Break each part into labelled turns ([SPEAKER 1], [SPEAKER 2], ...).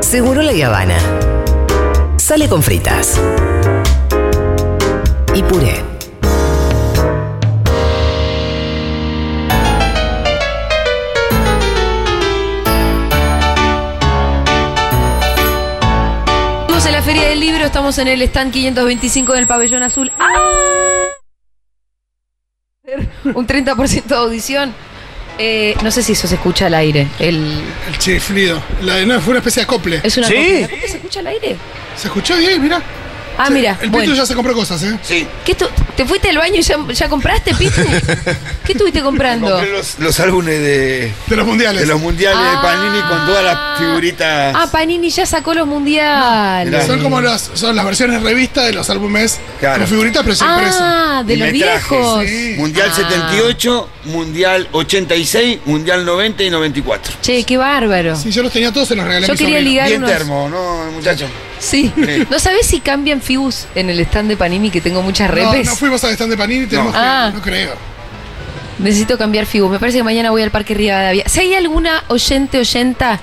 [SPEAKER 1] Seguro la Habana. Sale con fritas. Y puré.
[SPEAKER 2] Estamos en la Feria del Libro, estamos en el stand 525 del Pabellón Azul. ¡Ah! Un 30% de audición. Eh, no sé si eso se escucha al aire. El,
[SPEAKER 3] El chiflido. La de no, fue una especie de acople.
[SPEAKER 2] es una
[SPEAKER 4] Sí.
[SPEAKER 2] copia. ¿Cómo se escucha al aire?
[SPEAKER 3] Se escuchó bien, mira.
[SPEAKER 2] Ah,
[SPEAKER 3] Se-
[SPEAKER 2] mira.
[SPEAKER 3] El
[SPEAKER 2] bueno.
[SPEAKER 3] pito ya se compró cosas, ¿eh?
[SPEAKER 4] Sí.
[SPEAKER 2] ¿Qué tu- ¿Te fuiste al baño y ya, ya compraste, Pitu? ¿Qué estuviste comprando?
[SPEAKER 4] Compré los, los álbumes de,
[SPEAKER 3] De los mundiales.
[SPEAKER 4] de los mundiales de
[SPEAKER 2] Ah.
[SPEAKER 4] Panini con todas las figuritas.
[SPEAKER 2] Ah, Panini ya sacó los mundiales.
[SPEAKER 4] Mirá.
[SPEAKER 3] Son como las, son las versiones revista de los álbumes
[SPEAKER 4] Claro.
[SPEAKER 3] con figuritas, pero sin preso.
[SPEAKER 2] Ah, de
[SPEAKER 4] Y
[SPEAKER 2] los
[SPEAKER 4] me traje,
[SPEAKER 2] viejos.
[SPEAKER 3] sí.
[SPEAKER 4] Mundial
[SPEAKER 2] Ah.
[SPEAKER 4] 78, Mundial 86, Mundial 90 y 94.
[SPEAKER 2] Che, qué bárbaro.
[SPEAKER 3] Sí, yo los tenía todos, se los regalé a
[SPEAKER 2] Yo
[SPEAKER 3] mi
[SPEAKER 2] quería
[SPEAKER 3] sobrino.
[SPEAKER 2] ligar
[SPEAKER 4] Bien
[SPEAKER 2] unos.
[SPEAKER 4] termo, ¿no, muchachos?
[SPEAKER 2] Sí.
[SPEAKER 4] Sí.
[SPEAKER 2] No sabés si cambian Fibus en el stand de Panini, que tengo muchas
[SPEAKER 3] No,
[SPEAKER 2] repes.
[SPEAKER 3] no fuimos al stand de Panini, tenemos
[SPEAKER 2] No.
[SPEAKER 3] que-
[SPEAKER 2] Ah.
[SPEAKER 3] no creo.
[SPEAKER 2] Necesito cambiar Fibus. Me parece que mañana voy al Parque Rivadavia. Si hay alguna oyente, oyenta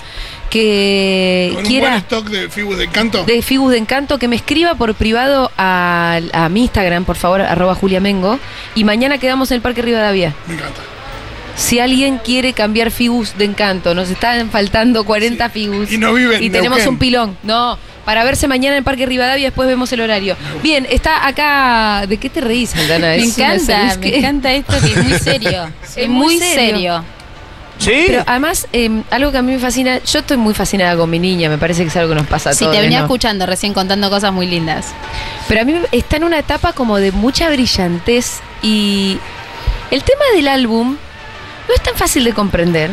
[SPEAKER 2] que
[SPEAKER 3] Con un buen
[SPEAKER 2] quiera
[SPEAKER 3] stock de figuras de canto.
[SPEAKER 2] Eh, de Fibus de Encanto, que me escriba por privado a, a mi Instagram, por favor, arroba Julia Mengo. Y mañana quedamos en el Parque Rivadavia.
[SPEAKER 3] Me encanta.
[SPEAKER 2] Si alguien quiere cambiar Fibus de Encanto, nos están faltando 40 Fibus.
[SPEAKER 3] Y no vive en
[SPEAKER 2] Y tenemos
[SPEAKER 3] Neuquén.
[SPEAKER 2] un pilón. No, para verse mañana en el Parque Rivadavia, después vemos el horario. Bien, está acá. ¿De qué te reís, Aldana?
[SPEAKER 5] Me
[SPEAKER 2] Es una
[SPEAKER 5] encanta,
[SPEAKER 2] salud
[SPEAKER 5] me
[SPEAKER 2] que-
[SPEAKER 5] encanta esto que es muy serio.
[SPEAKER 2] Es
[SPEAKER 5] Es
[SPEAKER 2] muy
[SPEAKER 5] muy
[SPEAKER 2] serio.
[SPEAKER 5] serio.
[SPEAKER 4] ¿Sí?
[SPEAKER 2] Pero además, eh, algo que a mí me fascina, yo estoy muy fascinada con mi niña, me parece que es algo que nos pasa a
[SPEAKER 5] Si
[SPEAKER 2] todos,
[SPEAKER 5] te venía
[SPEAKER 2] ¿no?
[SPEAKER 5] escuchando recién contando cosas muy lindas.
[SPEAKER 2] Pero a mí está en una etapa como de mucha brillantez y el tema del álbum no es tan fácil de comprender.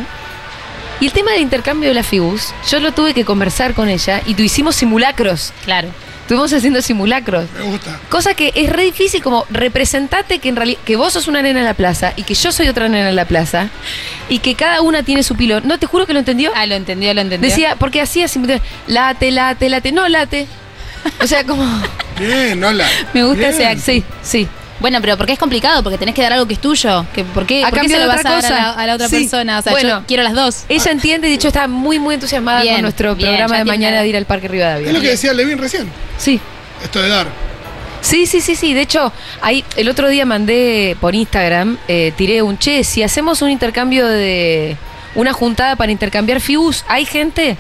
[SPEAKER 2] Y el tema del intercambio de las figuras, yo lo tuve que conversar con ella y tu hicimos simulacros.
[SPEAKER 5] Claro.
[SPEAKER 2] Estuvimos haciendo simulacros.
[SPEAKER 3] Me gusta.
[SPEAKER 2] Cosa que es re difícil, como representate que en realidad que vos sos una nena en la plaza y que yo soy otra nena en la plaza y que cada una tiene su pilón. No te juro que lo entendió.
[SPEAKER 5] Ah, lo entendió, lo entendió.
[SPEAKER 2] Decía, porque hacía siempre late, late, late, no late. O sea, como
[SPEAKER 3] Bien, hola.
[SPEAKER 5] me gusta ese
[SPEAKER 3] Bien.
[SPEAKER 5] acceso.
[SPEAKER 2] sí, sí.
[SPEAKER 5] Bueno, pero porque es complicado, porque tenés que dar algo que es tuyo. Que, ¿Por qué,
[SPEAKER 2] A
[SPEAKER 5] por qué
[SPEAKER 2] cambio
[SPEAKER 5] se
[SPEAKER 2] de
[SPEAKER 5] lo vas
[SPEAKER 2] otra
[SPEAKER 5] a dar
[SPEAKER 2] cosa.
[SPEAKER 5] a la, a la otra
[SPEAKER 2] Sí.
[SPEAKER 5] persona? O sea,
[SPEAKER 2] Bueno.
[SPEAKER 5] yo quiero las dos.
[SPEAKER 2] Ella entiende, de hecho está muy muy entusiasmada
[SPEAKER 5] Bien,
[SPEAKER 2] con nuestro
[SPEAKER 5] bien,
[SPEAKER 2] programa
[SPEAKER 5] ya
[SPEAKER 2] de
[SPEAKER 5] tiene
[SPEAKER 2] mañana
[SPEAKER 5] edad.
[SPEAKER 2] de ir al Parque
[SPEAKER 3] Es lo
[SPEAKER 2] Rivadavia.
[SPEAKER 3] que decía Levin recién.
[SPEAKER 2] Sí.
[SPEAKER 3] Esto de dar.
[SPEAKER 2] Sí, sí, sí, sí. De hecho, ahí el otro día mandé por Instagram, eh, tiré un che, si hacemos un intercambio de. una juntada para intercambiar fibus, ¿hay gente?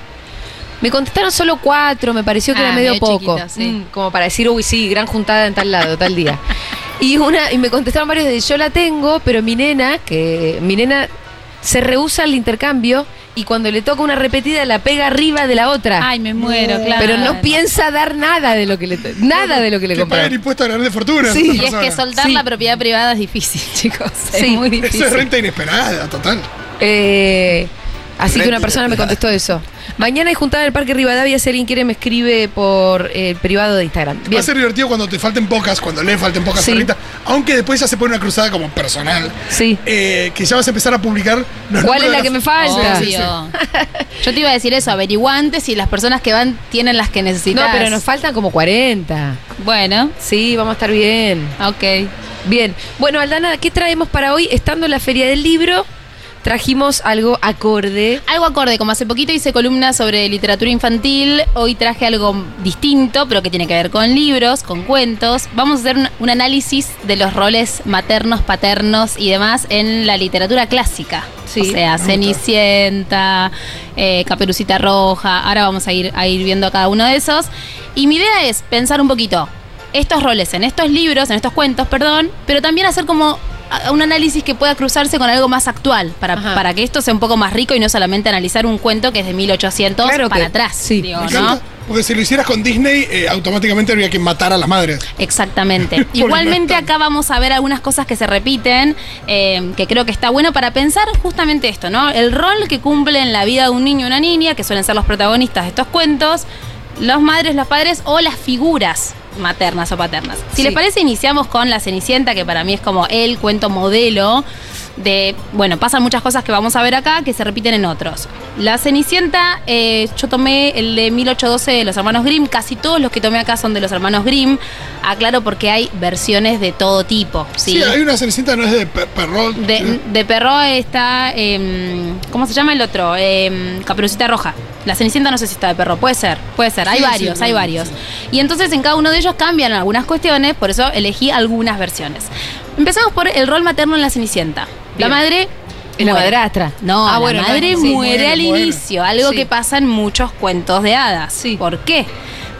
[SPEAKER 2] Me contestaron solo cuatro, me pareció que
[SPEAKER 5] Ah,
[SPEAKER 2] era medio,
[SPEAKER 5] medio
[SPEAKER 2] poco. Mm,
[SPEAKER 5] chiquito, sí.
[SPEAKER 2] como para decir, uy, sí, gran juntada en tal lado, tal día. Y una, y me contestaron varios de yo la tengo, pero mi nena, que mi nena se rehúsa al intercambio y cuando le toca una repetida la pega arriba de la otra.
[SPEAKER 5] Ay, me muero, claro.
[SPEAKER 2] Eh, pero no piensa dar nada de lo que le nada de lo que le
[SPEAKER 3] Que paga el
[SPEAKER 2] compraron.
[SPEAKER 3] impuesto a la gran fortuna.
[SPEAKER 2] Sí,
[SPEAKER 3] esta
[SPEAKER 5] Y es que
[SPEAKER 3] persona.
[SPEAKER 5] soltar
[SPEAKER 2] Sí.
[SPEAKER 5] la propiedad privada es difícil, chicos.
[SPEAKER 2] Sí.
[SPEAKER 5] Es muy
[SPEAKER 3] Eso
[SPEAKER 5] difícil.
[SPEAKER 3] es renta inesperada, total.
[SPEAKER 2] Eh, así que una persona me contestó eso. Mañana hay juntada en el Parque Rivadavia. Si alguien quiere, me escribe por eh, el privado de Instagram.
[SPEAKER 3] Va
[SPEAKER 2] Bien.
[SPEAKER 3] a ser divertido cuando te falten pocas, cuando le falten pocas
[SPEAKER 2] Sí.
[SPEAKER 3] perritas. Aunque después ya se pone una cruzada como personal.
[SPEAKER 2] Sí.
[SPEAKER 3] eh, que ya vas a empezar a publicar los
[SPEAKER 2] ¿Cuál
[SPEAKER 3] números
[SPEAKER 2] es la
[SPEAKER 3] de
[SPEAKER 2] que me
[SPEAKER 3] las-
[SPEAKER 2] falta?
[SPEAKER 3] Sí, sí, sí.
[SPEAKER 5] Obvio. Yo te iba a decir eso, averiguante si las personas que van tienen las que
[SPEAKER 2] No,
[SPEAKER 5] necesitas.
[SPEAKER 2] pero nos faltan como 40.
[SPEAKER 5] Bueno,
[SPEAKER 2] Sí, vamos a estar bien.
[SPEAKER 5] ok.
[SPEAKER 2] Bien. Bueno, Aldana, ¿qué traemos para hoy? Estando en la Feria del Libro, trajimos algo acorde.
[SPEAKER 5] Algo acorde, como hace poquito hice columna sobre literatura infantil, hoy traje algo distinto, pero que tiene que ver con libros, con cuentos. Vamos a hacer un, un análisis de los roles maternos, paternos y demás en la literatura clásica.
[SPEAKER 2] Sí.
[SPEAKER 5] O sea, Cenicienta, eh, Caperucita Roja, ahora vamos a ir, a ir viendo cada uno de esos. Y mi idea es pensar un poquito estos roles en estos libros, en estos cuentos, perdón, pero también hacer como a- un análisis que pueda cruzarse con algo más actual, para,
[SPEAKER 2] Ajá.
[SPEAKER 5] para que esto sea un poco más rico y no solamente analizar un cuento que es de 1800
[SPEAKER 2] Claro
[SPEAKER 5] para
[SPEAKER 2] que-
[SPEAKER 5] atrás,
[SPEAKER 2] sí.
[SPEAKER 5] digo,
[SPEAKER 3] Me
[SPEAKER 5] ¿no?
[SPEAKER 3] encanta, Porque si lo hicieras con Disney, eh, automáticamente habría que matar a las madres.
[SPEAKER 5] Exactamente.
[SPEAKER 3] Porque
[SPEAKER 5] Igualmente
[SPEAKER 3] no están.
[SPEAKER 5] acá vamos a ver algunas cosas que se repiten, eh, que creo que está bueno para pensar justamente esto, ¿no? El rol que cumple en la vida de un niño o una niña, que suelen ser los protagonistas de estos cuentos, los madres, los padres o las figuras maternas o paternas. Si
[SPEAKER 2] Sí.
[SPEAKER 5] les parece, iniciamos con La Cenicienta, que para mí es como el cuento modelo de, bueno, pasan muchas cosas que vamos a ver acá que se repiten en otros. La Cenicienta, eh, yo tomé el de 1812 de los hermanos Grimm, casi todos los que tomé acá son de los hermanos Grimm, aclaro porque hay versiones de todo tipo, ¿sí?
[SPEAKER 3] Sí, hay una cenicienta, no es de per- perro.
[SPEAKER 5] de, de Perrault está, em, ¿cómo se llama el otro? Em, Caperucita Roja. La Cenicienta no sé si está de perro, puede ser, puede ser, hay
[SPEAKER 3] Sí, sí,
[SPEAKER 5] varios,
[SPEAKER 3] no,
[SPEAKER 5] hay
[SPEAKER 3] no,
[SPEAKER 5] varios.
[SPEAKER 3] sí.
[SPEAKER 5] Y entonces en cada uno de ellos cambian algunas cuestiones, por eso elegí algunas versiones. Empezamos por el rol materno en la Cenicienta. La
[SPEAKER 2] Bien.
[SPEAKER 5] madre...
[SPEAKER 2] Es la
[SPEAKER 5] muere.
[SPEAKER 2] madrastra.
[SPEAKER 5] No,
[SPEAKER 2] Ah,
[SPEAKER 5] la
[SPEAKER 2] bueno,
[SPEAKER 5] madre
[SPEAKER 2] no, sí,
[SPEAKER 5] muere,
[SPEAKER 3] muere,
[SPEAKER 5] al
[SPEAKER 3] muere.
[SPEAKER 5] inicio, algo
[SPEAKER 2] Sí.
[SPEAKER 5] que pasa en muchos cuentos de hadas.
[SPEAKER 2] Sí.
[SPEAKER 5] ¿Por qué?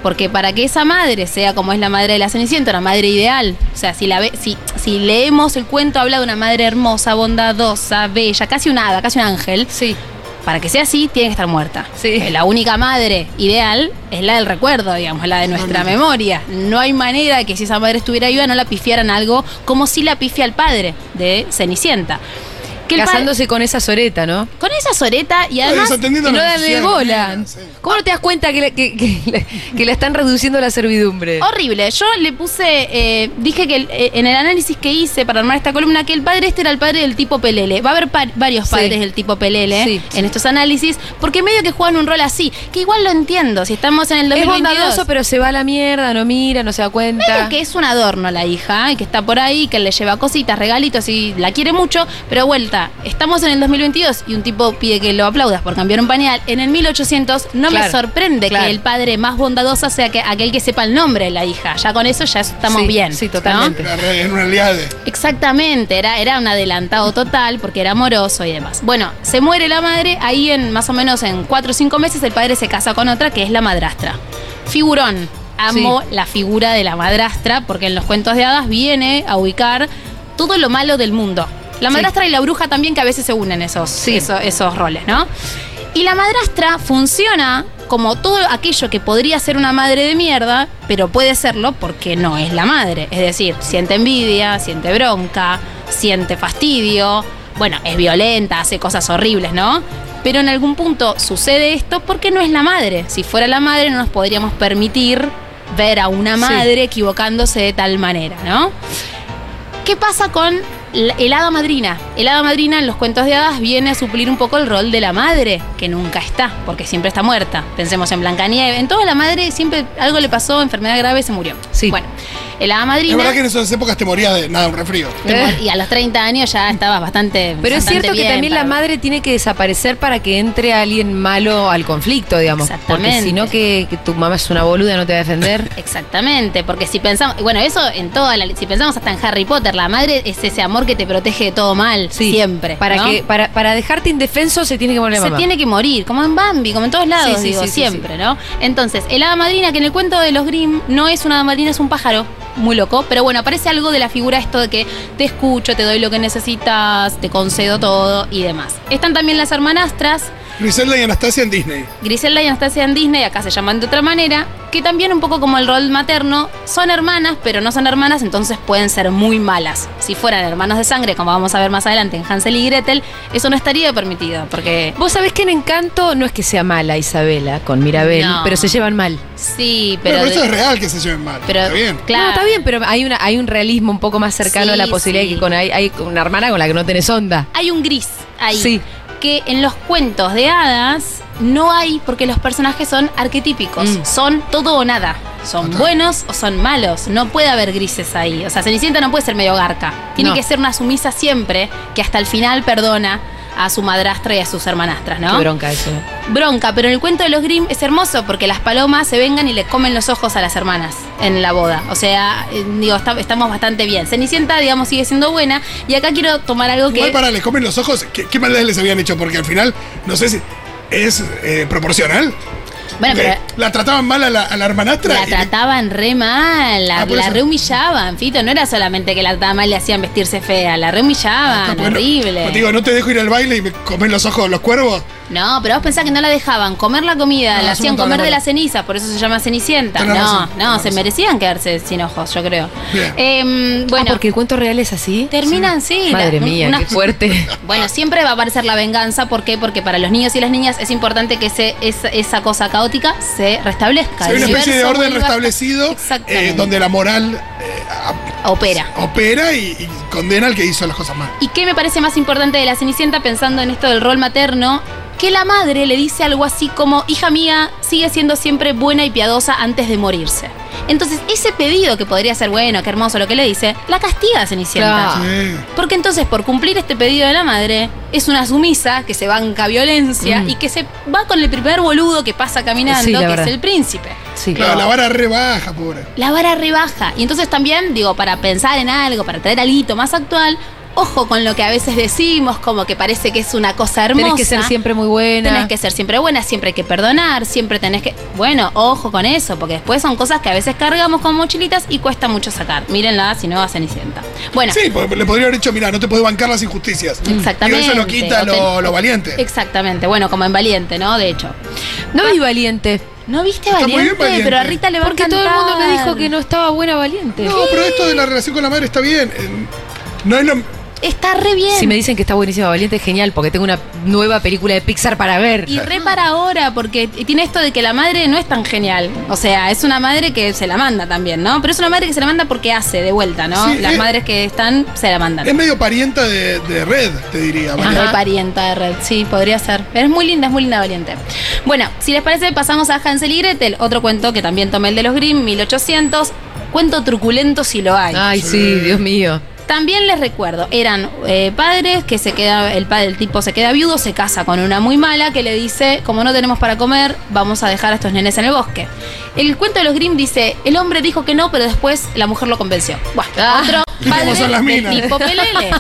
[SPEAKER 5] Porque para que esa madre sea como es la madre de la Cenicienta, una madre ideal. O sea, si la ve, si, si leemos el cuento, habla de una madre hermosa, bondadosa, bella, casi una hada, casi un ángel.
[SPEAKER 2] Sí.
[SPEAKER 5] Para que sea así, tiene que estar muerta.
[SPEAKER 2] Sí.
[SPEAKER 5] Eh, La única madre ideal es la del recuerdo, digamos, la de nuestra memoria. No hay manera de que si esa madre estuviera viva no la pifiaran algo como si la pifia el padre de Cenicienta. Que el pa-
[SPEAKER 2] Casándose con esa soreta, ¿no?
[SPEAKER 5] con esa soreta y
[SPEAKER 3] Está
[SPEAKER 5] además.
[SPEAKER 2] Y
[SPEAKER 3] desatendiendo
[SPEAKER 2] no
[SPEAKER 3] la
[SPEAKER 2] darle
[SPEAKER 3] necesidad de la
[SPEAKER 2] bola.
[SPEAKER 3] vida, sí.
[SPEAKER 2] ¿Cómo no te das cuenta que, la- que- que la- que la están reduciendo la servidumbre?
[SPEAKER 5] Horrible. Yo le puse. eh, dije que el- eh, en el análisis que hice para armar esta columna que el padre este era el padre del tipo Pelele. Va a haber par- varios
[SPEAKER 2] Sí.
[SPEAKER 5] padres del tipo Pelele
[SPEAKER 2] Sí,
[SPEAKER 5] en
[SPEAKER 2] sí.
[SPEAKER 5] estos análisis, porque medio que juegan un rol así. Que igual lo entiendo. Si estamos en el
[SPEAKER 2] Es
[SPEAKER 5] 2022.
[SPEAKER 2] bondadoso, pero se va a la mierda, no mira, no se da cuenta.
[SPEAKER 5] Medio que es un adorno la hija, y que está por ahí, que le lleva cositas, regalitos y la quiere mucho, pero vuelta, estamos en el 2022 y un tipo pide que lo aplaudas por cambiar un pañal. En el 1800 no me
[SPEAKER 2] Claro,
[SPEAKER 5] sorprende
[SPEAKER 2] claro.
[SPEAKER 5] que el padre más bondadoso sea que aquel que sepa el nombre de la hija. Ya con eso ya estamos
[SPEAKER 2] Sí,
[SPEAKER 5] bien.
[SPEAKER 2] sí, totalmente.
[SPEAKER 3] Era re- era una liade.
[SPEAKER 5] Exactamente, era, era un adelantado total porque era amoroso y demás. Bueno, se muere la madre, ahí en más o menos en cuatro o cinco meses el padre se casa con otra que es la madrastra. Figurón. Amo
[SPEAKER 2] Sí.
[SPEAKER 5] la figura de la madrastra porque en los cuentos de hadas viene a ubicar todo lo malo del mundo. La
[SPEAKER 2] Sí.
[SPEAKER 5] madrastra y la bruja también que a veces se unen esos,
[SPEAKER 2] Sí.
[SPEAKER 5] eso- esos roles, ¿no? Y la madrastra funciona como todo aquello que podría ser una madre de mierda, pero puede serlo porque no es la madre. Es decir, siente envidia, siente bronca, siente fastidio, bueno, es violenta, hace cosas horribles, ¿no? Pero en algún punto sucede esto porque no es la madre. Si fuera la madre no nos podríamos permitir ver a una
[SPEAKER 2] Sí.
[SPEAKER 5] madre equivocándose de tal manera, ¿no? ¿Qué pasa con la- el hada madrina? El hada madrina en los cuentos de hadas viene a suplir un poco el rol de la madre, que nunca está, porque siempre está muerta. Pensemos en Blancanieves. En toda la madre siempre algo le pasó, enfermedad grave, se murió.
[SPEAKER 2] Sí.
[SPEAKER 5] Bueno, el hada
[SPEAKER 3] Es
[SPEAKER 5] madrina.
[SPEAKER 3] verdad que en esas épocas te morías de nada, un refrío.
[SPEAKER 5] te mor- Y a los 30 años ya estabas bastante.
[SPEAKER 2] Pero es
[SPEAKER 5] bastante
[SPEAKER 2] cierto que
[SPEAKER 5] bien
[SPEAKER 2] también la
[SPEAKER 5] para-
[SPEAKER 2] madre tiene que desaparecer para que entre alguien malo al conflicto, digamos. Porque
[SPEAKER 5] Exactamente.
[SPEAKER 2] si no, que, que tu mamá es una boluda, no te va a defender.
[SPEAKER 5] Exactamente, porque si pensamos, bueno, eso en toda la, si pensamos hasta en Harry Potter, la madre es ese amor que te protege de todo mal,
[SPEAKER 2] Sí.
[SPEAKER 5] siempre.
[SPEAKER 2] Para,
[SPEAKER 5] ¿no?
[SPEAKER 2] que, para, para dejarte indefenso se tiene que morir la
[SPEAKER 5] se
[SPEAKER 2] mamá.
[SPEAKER 5] tiene que morir, como en Bambi, como en todos lados,
[SPEAKER 2] Sí, sí,
[SPEAKER 5] digo,
[SPEAKER 2] sí, sí,
[SPEAKER 5] siempre, ¿no? Entonces, el hada madrina, que en el cuento de los Grimm no es una hada madrina, es un pájaro, muy loco, pero bueno, aparece algo de la figura esto de que te escucho, te doy lo que necesitas, te concedo todo y demás. Están también las hermanastras,
[SPEAKER 3] Griselda y Anastasia en Disney.
[SPEAKER 5] Griselda y Anastasia en Disney, acá se llaman de otra manera, que también un poco como el rol materno, son hermanas, pero no son hermanas, entonces pueden ser muy malas. Si fueran hermanos de sangre, como vamos a ver más adelante en Hansel y Gretel, eso no estaría permitido, porque
[SPEAKER 2] Vos sabés que en Encanto no es que sea mala Isabela con Mirabel,
[SPEAKER 5] No.
[SPEAKER 2] pero se llevan mal.
[SPEAKER 5] sí,
[SPEAKER 3] Pero,
[SPEAKER 5] pero...
[SPEAKER 3] por eso
[SPEAKER 5] de-
[SPEAKER 3] es real que se lleven mal.
[SPEAKER 5] pero-
[SPEAKER 3] Está bien.
[SPEAKER 5] Claro,
[SPEAKER 2] No, está bien, pero hay, una, hay un realismo un poco más cercano a la
[SPEAKER 5] Sí,
[SPEAKER 2] posibilidad
[SPEAKER 5] sí.
[SPEAKER 2] de que con, hay, hay una hermana con la que no tenés onda.
[SPEAKER 5] Hay un gris ahí.
[SPEAKER 2] Sí.
[SPEAKER 5] Que en los cuentos de hadas no hay porque los personajes son arquetípicos.
[SPEAKER 2] Mm.
[SPEAKER 5] Son todo o nada. Son
[SPEAKER 3] Ajá.
[SPEAKER 5] buenos o son malos. No puede haber grises ahí. O sea, Cenicienta no puede ser medio garca. Tiene
[SPEAKER 2] No.
[SPEAKER 5] que ser una sumisa siempre que hasta el final perdona a su madrastra y a sus hermanastras, ¿no?
[SPEAKER 2] Qué bronca eso. ¿no?
[SPEAKER 5] bronca, pero en el cuento de los Grimm es hermoso porque las palomas se vengan y le comen los ojos a las hermanas en la boda. O sea, eh, digo, está- estamos bastante bien. Cenicienta, digamos, sigue siendo buena. Y acá quiero tomar algo que.
[SPEAKER 3] Igual para, les comen los ojos. ¿Qué, qué maldades les habían hecho? Porque al final, no sé si es eh, proporcional.
[SPEAKER 5] bueno,
[SPEAKER 3] Porque
[SPEAKER 5] Eh, pero.
[SPEAKER 3] La trataban mal a la, a la hermanastra.
[SPEAKER 5] La
[SPEAKER 3] y le-
[SPEAKER 5] trataban re mal, la,
[SPEAKER 3] Ah, por
[SPEAKER 5] la
[SPEAKER 3] eso.
[SPEAKER 5] rehumillaban, Fito. No era solamente que la trataban mal y le hacían vestirse fea, la rehumillaban,
[SPEAKER 3] Ah, bueno,
[SPEAKER 5] horrible.
[SPEAKER 3] Te digo, no te dejo ir al baile y me comen los ojos los cuervos.
[SPEAKER 5] No, pero vos pensás que no la dejaban comer la comida,
[SPEAKER 3] No,
[SPEAKER 5] la
[SPEAKER 3] es un
[SPEAKER 5] hacían
[SPEAKER 3] montón de
[SPEAKER 5] comer de
[SPEAKER 3] cosas.
[SPEAKER 5] las cenizas, por eso se llama Cenicienta.
[SPEAKER 3] Tenés
[SPEAKER 5] no,
[SPEAKER 3] razón, tenés
[SPEAKER 5] no, se
[SPEAKER 3] razón.
[SPEAKER 5] merecían quedarse sin ojos, yo creo.
[SPEAKER 3] Bien.
[SPEAKER 5] Em, bueno,
[SPEAKER 2] Ah, porque el cuento real es así.
[SPEAKER 5] terminan, sí.
[SPEAKER 2] Madre
[SPEAKER 5] la-
[SPEAKER 2] mía,
[SPEAKER 5] unas-
[SPEAKER 2] qué fuerte.
[SPEAKER 5] Bueno, siempre va a aparecer la venganza, ¿por qué? Porque para los niños y las niñas es importante que ese, esa, esa cosa caótica se restablezca.
[SPEAKER 3] Hay
[SPEAKER 5] El
[SPEAKER 3] una especie de
[SPEAKER 5] universo
[SPEAKER 3] orden
[SPEAKER 5] vuelva a-
[SPEAKER 3] restablecido
[SPEAKER 5] Exactamente.
[SPEAKER 3] eh, donde la moral eh, a-
[SPEAKER 5] Opera.
[SPEAKER 3] opera y, y condena al que hizo las cosas mal.
[SPEAKER 5] ¿Y qué me parece más importante de la Cenicienta pensando en esto del rol materno? Que la madre le dice algo así como, hija mía, sigue siendo siempre buena y piadosa antes de morirse. Entonces, ese pedido que podría ser bueno, qué hermoso lo que le dice, la castiga a Cenicienta.
[SPEAKER 2] Claro.
[SPEAKER 3] Sí.
[SPEAKER 5] Porque entonces, por cumplir este pedido de la madre, es una sumisa que se banca violencia
[SPEAKER 2] Mm.
[SPEAKER 5] y que se va con el primer boludo que pasa caminando,
[SPEAKER 2] Sí, la
[SPEAKER 5] que
[SPEAKER 2] verdad.
[SPEAKER 5] es el príncipe.
[SPEAKER 2] Sí.
[SPEAKER 3] Claro, la vara rebaja, pobre.
[SPEAKER 5] la vara rebaja. Y entonces también, digo, para pensar en algo, para traer algo más actual, ojo con lo que a veces decimos, como que parece que es una cosa hermosa.
[SPEAKER 2] Tenés que ser siempre muy buena.
[SPEAKER 5] Tenés que ser siempre buena, siempre hay que perdonar, siempre tenés que... Bueno, ojo con eso, porque después son cosas que a veces cargamos con mochilitas y cuesta mucho sacar. Mírenla, si no, a Cenicienta. Bueno, Mm.
[SPEAKER 3] Sí, po- le podría haber dicho, mira, no te podés bancar las injusticias.
[SPEAKER 5] exactamente.
[SPEAKER 3] Digo, eso lo quita
[SPEAKER 5] O
[SPEAKER 3] lo,
[SPEAKER 5] ten-
[SPEAKER 3] lo valiente.
[SPEAKER 5] Exactamente, bueno, como en Valiente, ¿no? De hecho.
[SPEAKER 2] No vi valiente.
[SPEAKER 5] ¿No viste
[SPEAKER 3] Está muy
[SPEAKER 5] Valiente?
[SPEAKER 3] bien Valiente.
[SPEAKER 5] Pero a Rita le va
[SPEAKER 2] Porque
[SPEAKER 5] a
[SPEAKER 2] todo el mundo me
[SPEAKER 5] encantar.
[SPEAKER 2] dijo que no estaba buena valiente.
[SPEAKER 3] No, pero esto de la relación con la madre está bien. Eh, No es lo.
[SPEAKER 5] Está re bien.
[SPEAKER 2] Si me dicen que está buenísima Valiente, es genial, porque tengo una nueva película de Pixar para ver.
[SPEAKER 5] Y re para ahora, porque tiene esto de que la madre no es tan genial. O sea, es una madre que se la manda también, ¿no? Pero es una madre que se la manda porque hace de vuelta, ¿no?
[SPEAKER 3] Sí,
[SPEAKER 5] Las
[SPEAKER 3] eh.
[SPEAKER 5] madres que están se la mandan.
[SPEAKER 3] Es medio parienta de, de red, te diría.
[SPEAKER 5] Es
[SPEAKER 3] ¿vale?
[SPEAKER 5] re parienta de Red, sí, podría ser. Pero es muy linda, es muy linda Valiente. Bueno, si les parece, pasamos a Hansel y Gretel, otro cuento que también tomé el de los Grimm, 1800. Cuento truculento si lo hay.
[SPEAKER 2] Ay, sí, Dios mío.
[SPEAKER 5] También les recuerdo, eran eh, padres que se queda, el padre, el tipo se queda viudo, se casa con una muy mala que le dice, como no tenemos para comer, vamos a dejar a estos nenes en el bosque. El cuento de los Grimm dice, el hombre dijo que no, pero después la mujer lo convenció. Bueno,
[SPEAKER 2] Ah.
[SPEAKER 5] otro
[SPEAKER 3] ¿Cómo
[SPEAKER 5] padre
[SPEAKER 3] son las
[SPEAKER 5] de
[SPEAKER 3] minas?
[SPEAKER 5] tipo pelele.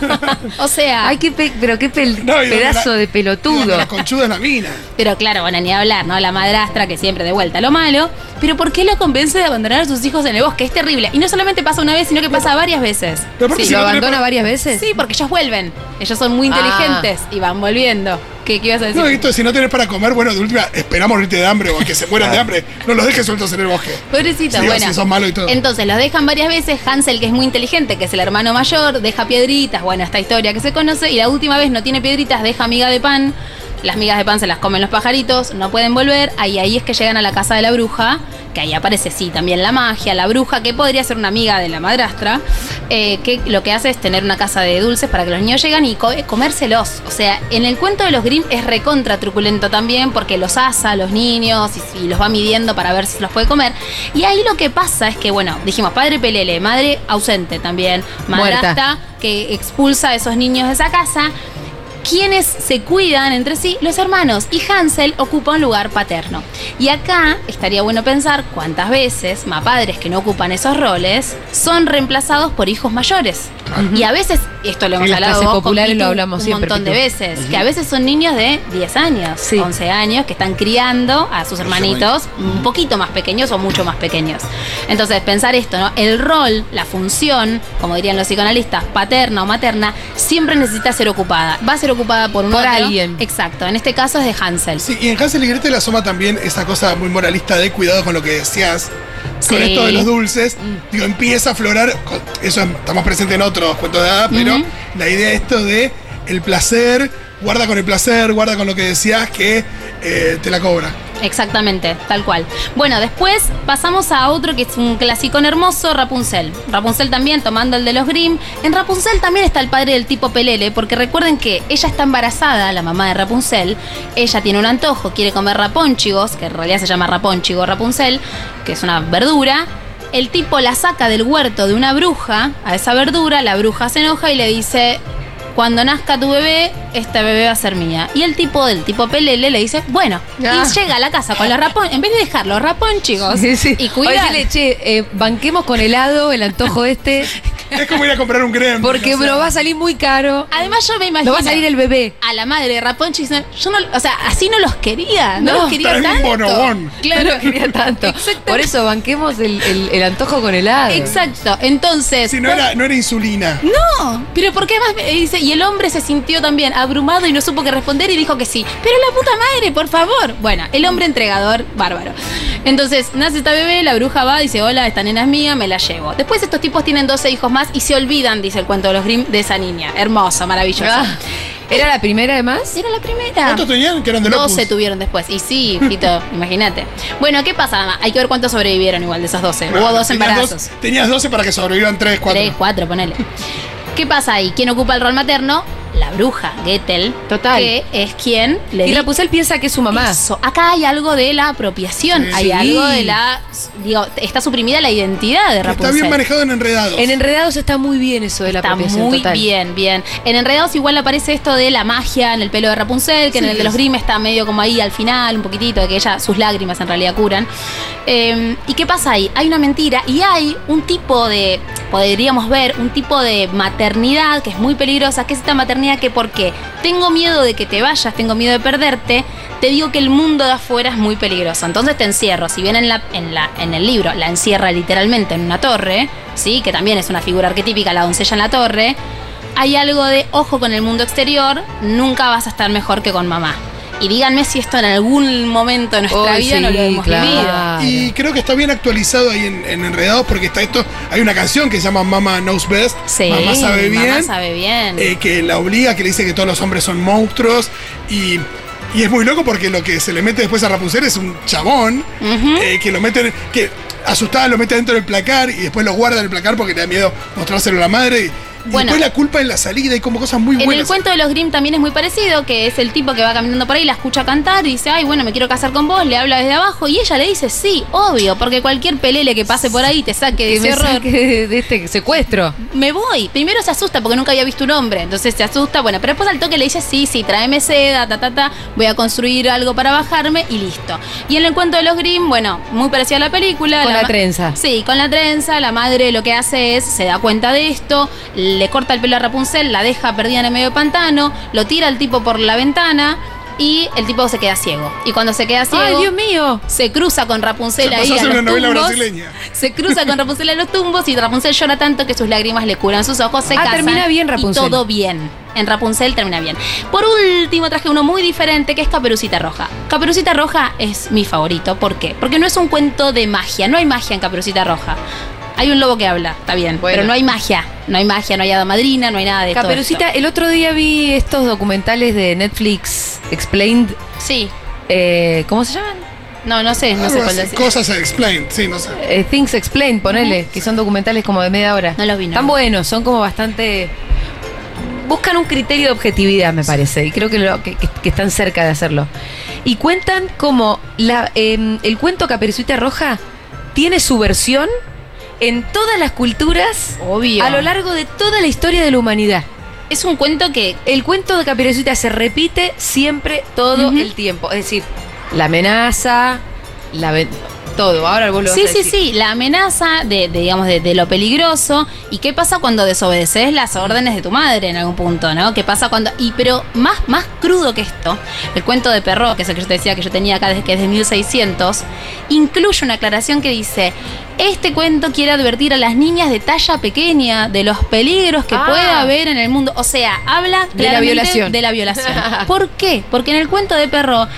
[SPEAKER 5] O sea,
[SPEAKER 2] Ay, qué pe- pero qué
[SPEAKER 5] Ah.
[SPEAKER 2] pel-
[SPEAKER 3] No, y donde
[SPEAKER 2] pedazo
[SPEAKER 3] la-
[SPEAKER 2] de
[SPEAKER 3] y donde
[SPEAKER 2] pelotudo.
[SPEAKER 3] La conchuda es la mina.
[SPEAKER 5] pero claro, bueno, ni hablar, ¿no? La madrastra que siempre de vuelta lo malo. Pero ¿por qué lo convence de abandonar a sus hijos en el bosque? Es terrible. Y no solamente pasa una vez, sino que pasa varias veces.
[SPEAKER 3] Pero aparte,
[SPEAKER 2] Sí,
[SPEAKER 3] si
[SPEAKER 2] ¿Lo
[SPEAKER 3] no tenés
[SPEAKER 2] abandona
[SPEAKER 3] pa-
[SPEAKER 2] varias veces?
[SPEAKER 5] Sí, porque ellos vuelven. Ellos son muy
[SPEAKER 2] Ah.
[SPEAKER 5] inteligentes y van volviendo. ¿Qué, qué ibas a decir?
[SPEAKER 3] No, esto, si no tenés para comer, bueno, de última, esperamos morirte de hambre o que se mueran de hambre. No los dejes sueltos en el bosque.
[SPEAKER 5] Pobrecito,
[SPEAKER 3] Sí,
[SPEAKER 5] bueno.
[SPEAKER 3] sí, son malos y todo.
[SPEAKER 5] Entonces los dejan varias veces. Hansel, que es muy inteligente, que es el hermano mayor, deja piedritas. Bueno, esta historia que se conoce. Y la última vez no tiene piedritas, deja miga de pan. Las migas de pan se las comen los pajaritos, no pueden volver. Ahí, ahí es que llegan a la casa de la bruja, que ahí aparece, sí, también la magia, la bruja, que podría ser una amiga de la madrastra, eh, que lo que hace es tener una casa de dulces para que los niños lleguen y co- comérselos. O sea, en el cuento de los Grimm es recontra truculento también, porque los asa a los niños y, y los va midiendo para ver si se los puede comer. Y ahí lo que pasa es que, bueno, dijimos padre pelele, madre ausente también, madrastra
[SPEAKER 2] Muerta.
[SPEAKER 5] que expulsa a esos niños de esa casa. Quienes se cuidan entre sí, los hermanos, y Hansel ocupa un lugar paterno. Y acá estaría bueno pensar cuántas veces más padres que no ocupan esos roles son reemplazados por hijos mayores. Y a veces, esto lo
[SPEAKER 2] En
[SPEAKER 5] hemos
[SPEAKER 2] las
[SPEAKER 5] hablado
[SPEAKER 2] clases
[SPEAKER 5] vos con
[SPEAKER 2] populares lo
[SPEAKER 5] Pitu
[SPEAKER 2] hablamos
[SPEAKER 5] un
[SPEAKER 2] siempre,
[SPEAKER 5] montón de
[SPEAKER 2] Pitu.
[SPEAKER 5] veces, que a veces son niños de 10 años,
[SPEAKER 2] Sí.
[SPEAKER 5] 11 años, que están criando a sus hermanitos un poquito más pequeños o mucho más pequeños. Entonces, pensar esto, ¿no? El rol, la función, como dirían los psicoanalistas, paterna o materna, siempre necesita ser ocupada. Va a ser ocupada por un
[SPEAKER 2] Por
[SPEAKER 5] otro.
[SPEAKER 2] alguien.
[SPEAKER 5] Exacto, en este caso es de Hansel.
[SPEAKER 3] Sí, y en Hansel y Gretel asoma también esa cosa muy moralista de cuidado con lo que deseas. Con
[SPEAKER 5] Sí.
[SPEAKER 3] esto de los dulces,
[SPEAKER 2] Mm.
[SPEAKER 3] digo, empieza a aflorar, con- eso es- estamos presentes en otros cuentos de hadas, pero
[SPEAKER 5] Ujú.
[SPEAKER 3] la idea de esto de el placer, guarda con el placer, guarda con lo que deseas que eh, te la cobra.
[SPEAKER 5] Exactamente, tal cual. Bueno, después pasamos a otro que es un clasicón hermoso, Rapunzel. Rapunzel también, tomando el de los Grimm. En Rapunzel también está el padre del tipo Pelele, porque recuerden que ella está embarazada, la mamá de Rapunzel. Ella tiene un antojo, quiere comer raponchigos, que en realidad se llama raponchigo Rapunzel, que es una verdura. El tipo la saca del huerto de una bruja a esa verdura, la bruja se enoja y le dice, cuando nazca tu bebé, esta bebé va a ser mía. Y el tipo del tipo Pelele le dice, bueno,
[SPEAKER 2] Ah.
[SPEAKER 5] y llega a la casa con los rapón, en vez de dejarlo rapón, chicos,
[SPEAKER 2] Sí, sí.
[SPEAKER 5] y cuida.
[SPEAKER 2] Oye, che, eh, banquemos con helado el antojo este,
[SPEAKER 3] Es como ir a comprar un gremlin.
[SPEAKER 2] porque
[SPEAKER 3] o sea,
[SPEAKER 2] bro, va a salir muy caro.
[SPEAKER 5] Además yo me imagino
[SPEAKER 2] No va a salir el bebé.
[SPEAKER 5] a la madre de Raponchi diciendo, yo no, o sea, así no los quería, no,
[SPEAKER 2] No,
[SPEAKER 5] los quería
[SPEAKER 3] traeme un
[SPEAKER 5] tanto.
[SPEAKER 3] bonobón.
[SPEAKER 5] Claro,
[SPEAKER 2] No lo quería tanto.
[SPEAKER 5] Exactamente.
[SPEAKER 2] Por eso banquemos el, el- el antojo con helado.
[SPEAKER 5] Exacto. Entonces,
[SPEAKER 3] Si no era, no era insulina.
[SPEAKER 5] No, pero ¿por qué más? me- Dice, y el hombre se sintió también abrumado y no supo qué responder y dijo que sí. Pero la puta madre, por favor. Bueno, el hombre entregador, bárbaro. Entonces, nace esta bebé, la bruja va, dice, hola, esta nena es mía, me la llevo. Después estos tipos tienen 12 hijos más y se olvidan, dice el cuento de los Grimm, de esa niña. Hermosa, maravillosa.
[SPEAKER 2] Ah, ¿Era la primera además?
[SPEAKER 5] Era la primera.
[SPEAKER 3] ¿Cuántos tenían que eran de locos?
[SPEAKER 5] 12 tuvieron después. Y sí, Fito, imagínate. Bueno, ¿qué pasa? Hay que ver cuántos sobrevivieron igual de esos 12. Hubo dos embarazos.
[SPEAKER 3] Tenías 12 para que sobrevivan 3, 4.
[SPEAKER 5] 3, 4, ponele. ¿Qué pasa ahí? ¿Quién ocupa el rol materno? la bruja Gettel.
[SPEAKER 2] Total.
[SPEAKER 5] Que es quien le
[SPEAKER 2] Y
[SPEAKER 5] di-
[SPEAKER 2] Rapunzel piensa que es su mamá.
[SPEAKER 5] Eso. Acá hay algo de la apropiación.
[SPEAKER 3] Sí.
[SPEAKER 5] Hay algo de la. Digo, está suprimida la identidad de Rapunzel.
[SPEAKER 3] Está bien manejado en enredados.
[SPEAKER 2] En Enredados está muy bien eso de la
[SPEAKER 5] Está
[SPEAKER 2] apropiación
[SPEAKER 5] muy
[SPEAKER 2] total.
[SPEAKER 5] bien, bien. En Enredados igual aparece esto de la magia en el pelo de Rapunzel, que en el de los Grimm está medio como ahí al final, un poquitito, de que ella, sus lágrimas en realidad curan. Eh, ¿Y qué pasa ahí? Hay una mentira y hay un tipo de, podríamos ver, un tipo de maternidad que es muy peligrosa, que es esta maternidad que porque tengo miedo de que te vayas, tengo miedo de perderte, te digo que el mundo de afuera es muy peligroso. Entonces te encierro. Si bien en, la, en, la, en el libro la encierra literalmente en una torre, ¿sí? que también es una figura arquetípica, la doncella en la torre, hay algo de ojo con el mundo exterior, nunca vas a estar mejor que con mamá. Y díganme si esto en algún momento de nuestra
[SPEAKER 2] Ay,
[SPEAKER 5] vida no
[SPEAKER 2] sí,
[SPEAKER 5] lo hemos
[SPEAKER 2] claro.
[SPEAKER 5] vivido.
[SPEAKER 3] Y creo que está bien actualizado ahí en, en Enredados porque está esto. Hay una canción que se llama Mama Knows Best.
[SPEAKER 5] Sí,
[SPEAKER 3] Mamá sabe bien.
[SPEAKER 5] Mamá sabe bien.
[SPEAKER 3] eh, que la obliga, que le dice que todos los hombres son monstruos. Y, y es muy loco porque lo que se le mete después a Rapunzel es un chabón
[SPEAKER 5] Ujú.
[SPEAKER 3] eh, que lo meten, que asustada lo mete dentro del placar y después lo guarda en el placar porque le da miedo mostrárselo a la madre. Y, y
[SPEAKER 5] Bueno.
[SPEAKER 3] después la culpa en la salida y como cosas muy
[SPEAKER 5] En el
[SPEAKER 3] buenas.
[SPEAKER 5] cuento de los Grimm también es muy parecido, que es el tipo que va caminando por ahí, la escucha cantar y dice, ay, bueno, me quiero casar con vos, le habla desde abajo y ella le dice, sí, obvio, porque cualquier pelele que pase por ahí te saque de
[SPEAKER 2] Que
[SPEAKER 5] ese
[SPEAKER 2] me
[SPEAKER 5] horror.
[SPEAKER 2] saque de, de este secuestro.
[SPEAKER 5] Me voy. Primero se asusta porque nunca había visto un hombre, entonces se asusta, bueno, pero después al toque le dice, sí, sí, tráeme seda, ta, ta, ta, voy a construir algo para bajarme y listo. Y en el cuento de los Grimm, bueno, muy parecido a la película.
[SPEAKER 2] Con la
[SPEAKER 5] ma-
[SPEAKER 2] trenza.
[SPEAKER 5] Sí, con la trenza, la madre lo que hace es, se da cuenta de esto, le corta el pelo a Rapunzel, la deja perdida en el medio del pantano, lo tira al tipo por la ventana y el tipo se queda ciego. Y cuando se queda ciego,
[SPEAKER 2] ¡Ay, Dios mío!
[SPEAKER 5] se cruza con Rapunzel
[SPEAKER 3] Se
[SPEAKER 5] ahí
[SPEAKER 3] pasó a
[SPEAKER 5] a
[SPEAKER 3] ser
[SPEAKER 5] los
[SPEAKER 3] una novela
[SPEAKER 5] tumbos.
[SPEAKER 3] brasileña.
[SPEAKER 5] Se cruza con Rapunzel a los tumbos y Rapunzel llora tanto que sus lágrimas le curan sus ojos, se
[SPEAKER 2] Ah,
[SPEAKER 5] casan.
[SPEAKER 2] termina bien
[SPEAKER 5] y
[SPEAKER 2] Rapunzel.
[SPEAKER 5] todo bien. En Rapunzel termina bien. Por último traje uno muy diferente que es Caperucita Roja. Caperucita Roja es mi favorito. ¿Por qué? Porque no es un cuento de magia. No hay magia en Caperucita Roja. Hay un lobo que habla, está bien.
[SPEAKER 2] Bueno.
[SPEAKER 5] Pero no hay magia. No hay magia, no hay hada madrina, no hay nada de todo
[SPEAKER 2] Caperucita, el otro día vi estos documentales de Netflix Explained.
[SPEAKER 5] esto. Sí.
[SPEAKER 2] eh, ¿Cómo se llaman?
[SPEAKER 5] No, no sé, no sé
[SPEAKER 3] Algo
[SPEAKER 5] cuál
[SPEAKER 3] así,
[SPEAKER 5] decir.
[SPEAKER 3] Cosas explained, sí, no sé.
[SPEAKER 2] Eh, Things Explained, ponele, que son documentales como de media hora.
[SPEAKER 5] No los vi, no.
[SPEAKER 2] Tan buenos, son como bastante. Buscan un criterio de objetividad, me parece, y creo que, lo- que- que- que están cerca de hacerlo. Y cuentan como la, eh, el cuento Caperucita Roja tiene su versión en todas las culturas
[SPEAKER 5] Obvio.
[SPEAKER 2] a lo largo de toda la historia de la humanidad.
[SPEAKER 5] Es un cuento que
[SPEAKER 2] El cuento de Caperucita se repite siempre todo
[SPEAKER 5] Ujú.
[SPEAKER 2] el tiempo. Es decir, la amenaza, la ven- todo. Ahora vos lo vas
[SPEAKER 5] Sí,
[SPEAKER 2] a
[SPEAKER 5] sí,
[SPEAKER 2] decir.
[SPEAKER 5] sí, la amenaza de, de, digamos, de, de lo peligroso. ¿Y qué pasa cuando desobedeces las órdenes de tu madre en algún punto, no? ¿Qué pasa cuando...? Y pero más, más crudo que esto, el cuento de Perro, que es el que yo te decía que yo tenía acá desde que es de 1600, incluye una aclaración que dice, este cuento quiere advertir a las niñas de talla pequeña de los peligros que
[SPEAKER 2] Ah.
[SPEAKER 5] puede haber en el mundo. O sea, habla
[SPEAKER 2] De la
[SPEAKER 5] claramente
[SPEAKER 2] violación.
[SPEAKER 5] De la violación. ¿Por qué? Porque en el cuento de Perro,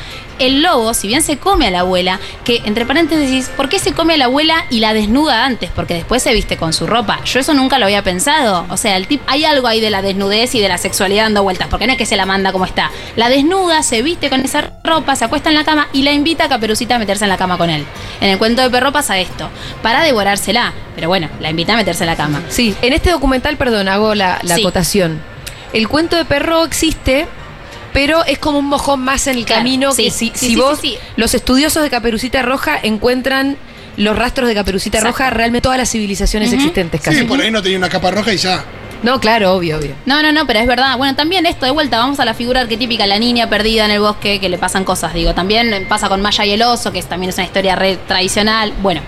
[SPEAKER 5] el lobo, si bien se come a la abuela, que entre paréntesis, ¿por qué se come a la abuela y la desnuda antes? Porque después se viste con su ropa. Yo eso nunca lo había pensado. O sea, el tip, hay algo ahí de la desnudez y de la sexualidad dando vueltas, porque no es que se la manda como está. La desnuda, se viste con esa ropa, se acuesta en la cama y la invita a Caperucita a meterse en la cama con él. En el cuento de Perro pasa esto, para devorársela, pero bueno, la invita a meterse en la cama.
[SPEAKER 2] Sí, en este documental, perdón, hago la, la
[SPEAKER 5] Sí.
[SPEAKER 2] acotación. El cuento de perro existe, pero es como un mojón más en el
[SPEAKER 5] Claro,
[SPEAKER 2] camino
[SPEAKER 5] sí,
[SPEAKER 2] que si,
[SPEAKER 5] sí,
[SPEAKER 2] si
[SPEAKER 5] sí,
[SPEAKER 2] vos,
[SPEAKER 5] sí, sí.
[SPEAKER 2] los estudiosos de Caperucita Roja encuentran los rastros de Caperucita
[SPEAKER 5] Exacto.
[SPEAKER 2] Roja realmente todas las civilizaciones
[SPEAKER 5] Ujú.
[SPEAKER 2] existentes casi.
[SPEAKER 3] Sí, por ahí no tenía una capa roja y ya.
[SPEAKER 2] No, claro, obvio, obvio.
[SPEAKER 5] No, no, no, pero es verdad. Bueno, también esto, de vuelta, vamos a la figura arquetípica, la niña perdida en el bosque, que le pasan cosas, digo. También pasa con Maya y el oso, que es- también es una historia re tradicional. Bueno,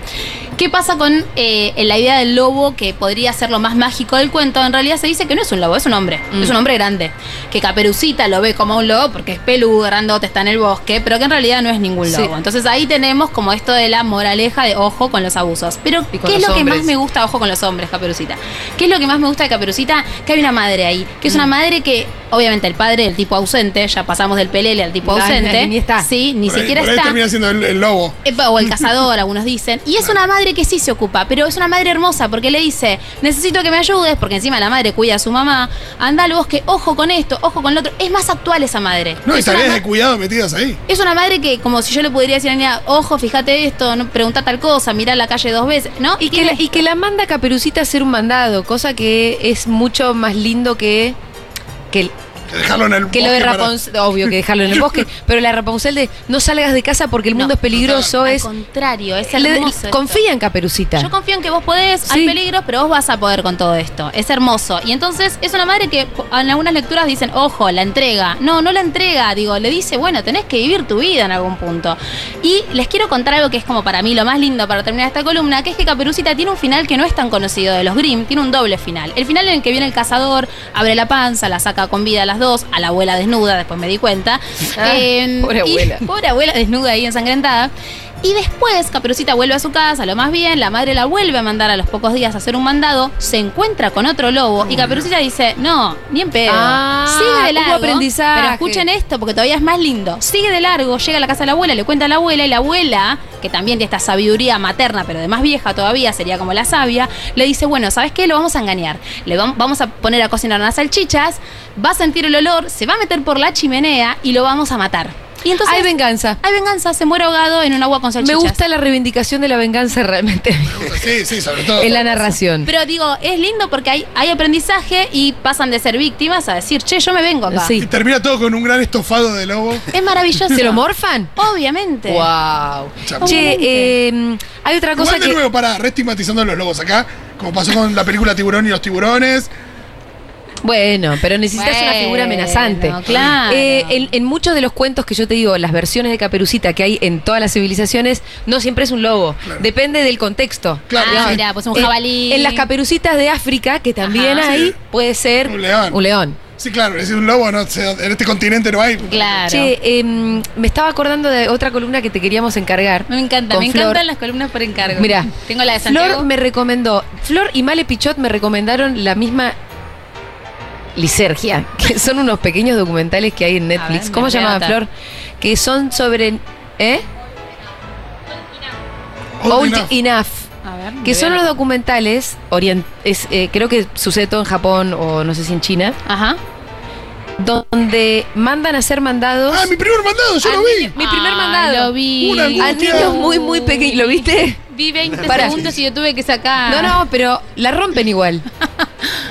[SPEAKER 5] ¿qué pasa con eh, la idea del lobo, que podría ser lo más mágico del cuento? En realidad se dice que no es un lobo, es un hombre.
[SPEAKER 2] Mm.
[SPEAKER 5] Es un hombre grande. Que Caperucita lo ve como un lobo porque es peludo, grandote, está en el bosque, pero que en realidad no es ningún
[SPEAKER 2] Sí.
[SPEAKER 5] lobo. Entonces ahí tenemos como esto de la moraleja de ojo con los abusos. Pero
[SPEAKER 2] Y con
[SPEAKER 5] ¿Qué es
[SPEAKER 2] los
[SPEAKER 5] lo que
[SPEAKER 2] hombres.
[SPEAKER 5] más me gusta, ojo con los hombres, Caperucita? ¿Qué es lo que más me gusta de Caperucita? Que hay una madre ahí, que es
[SPEAKER 2] Mm.
[SPEAKER 5] una madre que, obviamente, el padre, el tipo ausente, ya pasamos del pelele al tipo
[SPEAKER 2] Ay,
[SPEAKER 5] ausente.
[SPEAKER 2] ni- ni está.
[SPEAKER 5] Sí, ni
[SPEAKER 3] por ahí-
[SPEAKER 5] siquiera
[SPEAKER 3] por ahí
[SPEAKER 5] está.
[SPEAKER 3] termina siendo el, el lobo.
[SPEAKER 5] Epa, O el cazador, algunos dicen. Y es una madre que sí se ocupa, pero es una madre hermosa porque le dice, necesito que me ayudes, porque encima la madre cuida a su mamá, anda al bosque, ojo con esto, ojo con lo otro. Es más actual esa madre.
[SPEAKER 3] No, y
[SPEAKER 5] Es una
[SPEAKER 3] tareas
[SPEAKER 5] ma-
[SPEAKER 3] de cuidado metidas ahí.
[SPEAKER 5] es una madre que, como si yo le pudiera decir a la niña, ojo, fíjate esto, no, pregunta tal cosa, mirá la calle dos veces, ¿no?
[SPEAKER 2] Y que, la, y que la manda Caperucita a hacer un mandado, cosa que es mucho más lindo que, que el-
[SPEAKER 3] Que dejarlo en el
[SPEAKER 2] Que lo de
[SPEAKER 3] bosque para-
[SPEAKER 2] Rapunzel, obvio que dejarlo en el bosque, pero la Rapunzel de no salgas de casa porque el mundo
[SPEAKER 5] No,
[SPEAKER 2] es peligroso
[SPEAKER 5] Al
[SPEAKER 2] es...
[SPEAKER 5] contrario, es
[SPEAKER 2] le-
[SPEAKER 5] hermoso. esto.
[SPEAKER 2] confía en Caperucita.
[SPEAKER 5] Yo confío en que vos podés, hay
[SPEAKER 2] Sí.
[SPEAKER 5] peligros, pero vos vas a poder con todo esto. Es hermoso. Y entonces es una madre que po- en algunas lecturas dicen, ojo, la entrega. No, no la entrega. Digo, le dice, bueno, tenés que vivir tu vida en algún punto. Y les quiero contar algo que es como para mí lo más lindo para terminar esta columna, que es que Caperucita tiene un final que no es tan conocido de los Grimm, tiene un doble final. El final en el que viene el cazador, abre la panza, la saca con vida a las dos, a la abuela desnuda, después me di cuenta.
[SPEAKER 2] Ah,
[SPEAKER 5] Em,
[SPEAKER 2] pobre
[SPEAKER 5] y-
[SPEAKER 2] abuela.
[SPEAKER 5] Pobre abuela desnuda ahí ensangrentada. Y después Caperucita vuelve a su casa, lo más bien, la madre la vuelve a mandar a los pocos días a hacer un mandado, se encuentra con otro lobo y Caperucita dice, no, ni en pedo,
[SPEAKER 2] Ah,
[SPEAKER 5] sigue
[SPEAKER 2] hubo
[SPEAKER 5] de largo,
[SPEAKER 2] aprendizaje.
[SPEAKER 5] pero escuchen esto porque todavía es más lindo, sigue de largo, llega a la casa de la abuela, le cuenta a la abuela y la abuela, que también tiene esta sabiduría materna, pero de más vieja todavía, sería como la sabia, le dice, bueno, ¿sabes qué? Lo vamos a engañar, le vam- vamos a poner a cocinar unas salchichas, va a sentir el olor, se va a meter por la chimenea y lo vamos a matar. Y entonces...
[SPEAKER 2] Hay venganza.
[SPEAKER 5] Hay venganza, se muere ahogado en un agua con
[SPEAKER 2] Me
[SPEAKER 5] salchichas.
[SPEAKER 2] gusta la reivindicación de la venganza realmente
[SPEAKER 3] Sí, sí, sobre todo.
[SPEAKER 2] en la narración.
[SPEAKER 5] Pero digo, es lindo porque hay, hay aprendizaje y pasan de ser víctimas a decir, che, yo me vengo acá.
[SPEAKER 2] Sí.
[SPEAKER 3] Y termina todo con un gran estofado de lobo.
[SPEAKER 5] Es maravilloso.
[SPEAKER 2] ¿Se lo morfan?
[SPEAKER 5] Obviamente.
[SPEAKER 2] Wow.
[SPEAKER 3] Chapó.
[SPEAKER 2] Che, eh, hay otra cosa
[SPEAKER 3] Igual de
[SPEAKER 2] que...
[SPEAKER 3] nuevo, para, reestigmatizando a los lobos acá, como pasó con la película Tiburón y los tiburones.
[SPEAKER 2] Bueno, pero necesitas una
[SPEAKER 5] Bueno,
[SPEAKER 2] figura amenazante.
[SPEAKER 5] claro.
[SPEAKER 2] Eh, en, en muchos de los cuentos que yo te digo, las versiones de Caperucita que hay en todas las civilizaciones, no siempre es un lobo.
[SPEAKER 3] Claro.
[SPEAKER 2] Depende del contexto.
[SPEAKER 3] Claro,
[SPEAKER 5] ah,
[SPEAKER 3] sí.
[SPEAKER 5] mirá, pues un
[SPEAKER 2] Eh,
[SPEAKER 5] jabalí.
[SPEAKER 2] en las caperucitas de África, que también
[SPEAKER 5] Ajá.
[SPEAKER 2] hay, puede ser
[SPEAKER 3] Un león.
[SPEAKER 2] Un león.
[SPEAKER 3] Sí, claro, es un lobo, no sé, en este continente no hay.
[SPEAKER 5] Claro.
[SPEAKER 2] Che, em, me estaba acordando de otra columna que te queríamos encargar.
[SPEAKER 5] me encanta,
[SPEAKER 2] Con
[SPEAKER 5] me
[SPEAKER 2] Flor.
[SPEAKER 5] encantan las columnas por encargo.
[SPEAKER 2] Mirá.
[SPEAKER 5] Tengo la de Santiago.
[SPEAKER 2] Flor me recomendó, Flor y Male Pichot me recomendaron la misma Lisergia, que son unos pequeños documentales que hay en
[SPEAKER 5] A
[SPEAKER 2] Netflix.
[SPEAKER 5] ver,
[SPEAKER 2] ¿Cómo
[SPEAKER 5] me
[SPEAKER 2] se llamaba
[SPEAKER 5] encanta.
[SPEAKER 2] Flor? Que son sobre. ¿Eh?
[SPEAKER 3] Old
[SPEAKER 2] Old
[SPEAKER 3] enough.
[SPEAKER 2] Enough.
[SPEAKER 5] A ver,
[SPEAKER 2] Que
[SPEAKER 5] me
[SPEAKER 2] son
[SPEAKER 5] voy a-
[SPEAKER 2] los documentales, orient es, eh, creo que sucede todo en Japón o no sé si en China,
[SPEAKER 5] Ajá.
[SPEAKER 2] donde mandan a ser mandados
[SPEAKER 3] Ah, mi primer mandado, yo
[SPEAKER 2] Ah,
[SPEAKER 3] lo vi.
[SPEAKER 2] Mi primer
[SPEAKER 5] Ah,
[SPEAKER 2] mandado.
[SPEAKER 5] Lo vi.
[SPEAKER 3] Una
[SPEAKER 2] a
[SPEAKER 3] angustia.
[SPEAKER 2] niños muy, muy pequeños. ¿Lo viste?
[SPEAKER 5] Vi 20
[SPEAKER 2] Pará.
[SPEAKER 5] segundos y yo tuve que sacar.
[SPEAKER 2] No, no, pero la rompen igual.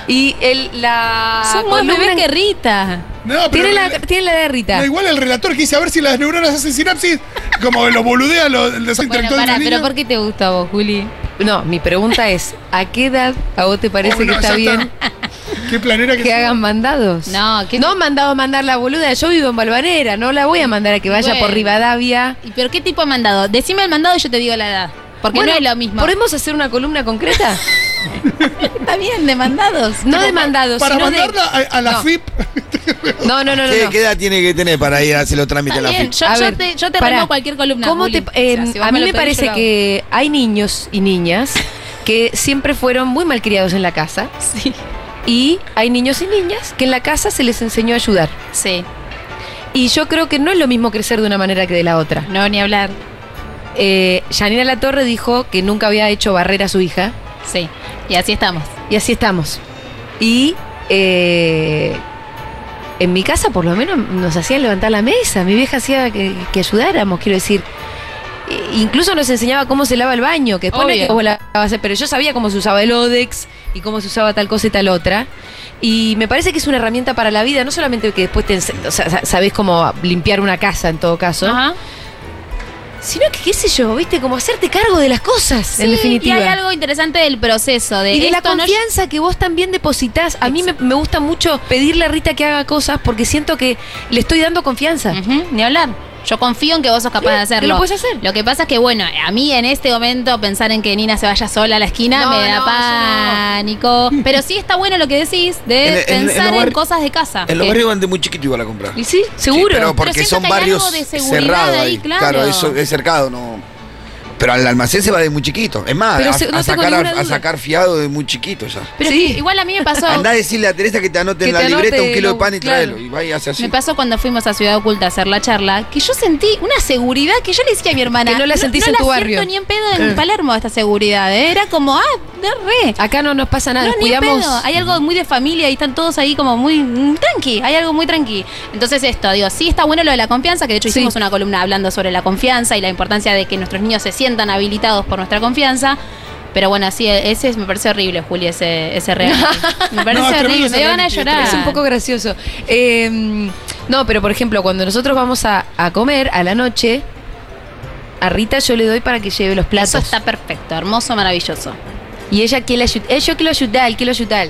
[SPEAKER 2] Y el, la.
[SPEAKER 5] Son más
[SPEAKER 2] Ah, columna-
[SPEAKER 5] bebés que Rita.
[SPEAKER 3] No, pero.
[SPEAKER 2] Tiene la,
[SPEAKER 3] el-
[SPEAKER 2] tiene la de Rita.
[SPEAKER 3] no, igual el relator quise a ver si las neuronas hacen sinapsis, como lo boludea, lo
[SPEAKER 5] Bueno,
[SPEAKER 3] desintelectual
[SPEAKER 5] pará,
[SPEAKER 3] del
[SPEAKER 5] pero
[SPEAKER 3] niño.
[SPEAKER 5] ¿por qué te gusta a vos, Juli?
[SPEAKER 2] No, mi pregunta es: ¿a qué edad a vos te parece
[SPEAKER 3] Oh,
[SPEAKER 2] que
[SPEAKER 3] no,
[SPEAKER 2] está
[SPEAKER 3] ya
[SPEAKER 2] bien
[SPEAKER 3] Qué planera que,
[SPEAKER 2] que
[SPEAKER 3] son.
[SPEAKER 2] hagan mandados?
[SPEAKER 5] No, ¿qué-
[SPEAKER 2] no mandado a mandar la boluda. Yo vivo en Balvanera, no la voy a mandar a que vaya por
[SPEAKER 5] Bueno.
[SPEAKER 2] Rivadavia.
[SPEAKER 5] ¿Y ¿Pero qué tipo de mandado? Decime el mandado y yo te digo la edad. Porque
[SPEAKER 2] Bueno,
[SPEAKER 5] no es lo mismo.
[SPEAKER 2] ¿Podemos hacer una columna concreta?
[SPEAKER 5] Está bien, demandados.
[SPEAKER 2] No de mandados,
[SPEAKER 3] Para
[SPEAKER 2] sino de-
[SPEAKER 3] mandarla a, a la
[SPEAKER 2] No.
[SPEAKER 3] FIP.
[SPEAKER 2] No, no, no, no.
[SPEAKER 4] ¿Qué,
[SPEAKER 2] no.
[SPEAKER 4] qué edad tiene que tener para ir a hacer los trámites a la
[SPEAKER 5] También,
[SPEAKER 4] ficha?
[SPEAKER 5] yo,
[SPEAKER 2] A
[SPEAKER 5] yo
[SPEAKER 2] ver,
[SPEAKER 5] te, yo te
[SPEAKER 2] pará.
[SPEAKER 5] remo cualquier columna.
[SPEAKER 2] ¿Cómo
[SPEAKER 5] Juli.
[SPEAKER 2] te- eh,
[SPEAKER 5] O sea, si vos
[SPEAKER 2] a mí
[SPEAKER 5] lo
[SPEAKER 2] me
[SPEAKER 5] pedís, yo
[SPEAKER 2] parece
[SPEAKER 5] lo hago.
[SPEAKER 2] que hay niños y niñas que siempre fueron muy malcriados en la casa
[SPEAKER 5] Sí.
[SPEAKER 2] y hay niños y niñas que en la casa se les enseñó a ayudar.
[SPEAKER 5] Sí.
[SPEAKER 2] Y yo creo que no es lo mismo crecer de una manera que de la otra.
[SPEAKER 5] No, ni hablar.
[SPEAKER 2] Eh, Yanira Latorre dijo que nunca había hecho barrera a su hija
[SPEAKER 5] Sí. Y así estamos.
[SPEAKER 2] y así estamos. Y eh, en mi casa por lo menos nos hacían levantar la mesa, mi vieja hacía que, que ayudáramos, quiero decir. E- Incluso nos enseñaba cómo se lava el baño, que después no es
[SPEAKER 5] Obvio.
[SPEAKER 2] que vos lavabas el- pero yo sabía cómo se usaba el Odex y cómo se usaba tal cosa y tal otra. Y me parece que es una herramienta para la vida, no solamente que después te ense- o sea, sa- sabés cómo limpiar una casa en todo caso,
[SPEAKER 5] Ajá.
[SPEAKER 2] sino que qué sé yo, viste, como hacerte cargo de las cosas, en
[SPEAKER 5] Sí,
[SPEAKER 2] definitiva.
[SPEAKER 5] Y hay algo interesante del proceso. De
[SPEAKER 2] Y de la
[SPEAKER 5] esto no-
[SPEAKER 2] confianza que vos también depositas. A mí me, me gusta mucho pedirle a Rita que haga cosas porque siento que le estoy dando confianza.
[SPEAKER 5] Ujú, ni hablar. Yo confío en que vos sos capaz de
[SPEAKER 2] Sí, que
[SPEAKER 5] hacerlo.
[SPEAKER 2] lo podés hacer.
[SPEAKER 5] Lo que pasa es que, bueno, a mí en este momento pensar en que Nina se vaya sola a la esquina
[SPEAKER 2] No,
[SPEAKER 5] me da
[SPEAKER 2] no,
[SPEAKER 5] pánico. Pero sí está bueno lo que decís de
[SPEAKER 4] En- en- en
[SPEAKER 5] pensar
[SPEAKER 4] los
[SPEAKER 5] en,
[SPEAKER 4] barri-
[SPEAKER 5] cosas de casa.
[SPEAKER 4] En los
[SPEAKER 5] Que-
[SPEAKER 4] barrios van de muy chiquito igual a comprar.
[SPEAKER 2] Ah. Eh. ¿Y sí?
[SPEAKER 4] Sí,
[SPEAKER 2] ¿Seguro?
[SPEAKER 4] pero porque
[SPEAKER 5] siento
[SPEAKER 4] son
[SPEAKER 5] que hay algo
[SPEAKER 4] barrios
[SPEAKER 5] de seguridad
[SPEAKER 4] cerrados
[SPEAKER 5] ahí,
[SPEAKER 4] ahí.
[SPEAKER 5] claro.
[SPEAKER 4] Claro, eso es cercado, no. Pero al almacén se va de muy chiquito. Es más,
[SPEAKER 2] Pero
[SPEAKER 4] a,
[SPEAKER 2] se- no
[SPEAKER 4] a
[SPEAKER 2] tengo
[SPEAKER 4] sacar,
[SPEAKER 2] ninguna
[SPEAKER 4] a,
[SPEAKER 2] duda.
[SPEAKER 4] a sacar fiado de muy chiquito ya.
[SPEAKER 5] Eh, Pero
[SPEAKER 2] Sí.
[SPEAKER 5] es que igual a mí me pasó.
[SPEAKER 4] Andá a decirle a Teresa que te anote
[SPEAKER 2] Que
[SPEAKER 4] en la
[SPEAKER 2] te
[SPEAKER 4] libreta
[SPEAKER 2] anote
[SPEAKER 4] un kilo de
[SPEAKER 2] lo-
[SPEAKER 4] pan y
[SPEAKER 2] claro.
[SPEAKER 4] tráelo. Y va y hace así.
[SPEAKER 5] Me pasó cuando fuimos a Ciudad Oculta a hacer la charla, que yo sentí una seguridad que yo le decía a mi hermana.
[SPEAKER 2] Que no la sentís en
[SPEAKER 5] la
[SPEAKER 2] tu
[SPEAKER 5] siento
[SPEAKER 2] barrio".
[SPEAKER 5] ni en pedo en
[SPEAKER 2] Eh.
[SPEAKER 5] Palermo esta seguridad. ¿eh? Era como, ah, de re.
[SPEAKER 2] Acá no nos pasa nada.
[SPEAKER 5] No, ni en
[SPEAKER 2] Cuidamos.
[SPEAKER 5] pedo. Hay algo muy de familia y están todos ahí como muy mm, tranqui. Hay algo muy tranqui. Entonces, esto, digo, sí está bueno lo de la confianza, que de hecho
[SPEAKER 2] Sí.
[SPEAKER 5] hicimos una columna hablando sobre la confianza y la importancia de que nuestros niños se sientan habilitados por nuestra confianza. Pero bueno, sí, e-, ese es- me parece horrible, Juli, ese, ese reality. Me parece
[SPEAKER 3] No, es tremendo
[SPEAKER 5] horrible,
[SPEAKER 3] ese
[SPEAKER 5] me dio ganas de
[SPEAKER 3] reality,
[SPEAKER 5] llorar.
[SPEAKER 2] Es un poco gracioso. Eh, no, pero por ejemplo, cuando nosotros vamos a, a comer a la noche, a Rita yo le doy para que lleve los platos.
[SPEAKER 5] Eso está perfecto, hermoso, maravilloso.
[SPEAKER 2] Y ella quiere ayudar. eh, Yo quiero ayudar, quiero ayudar.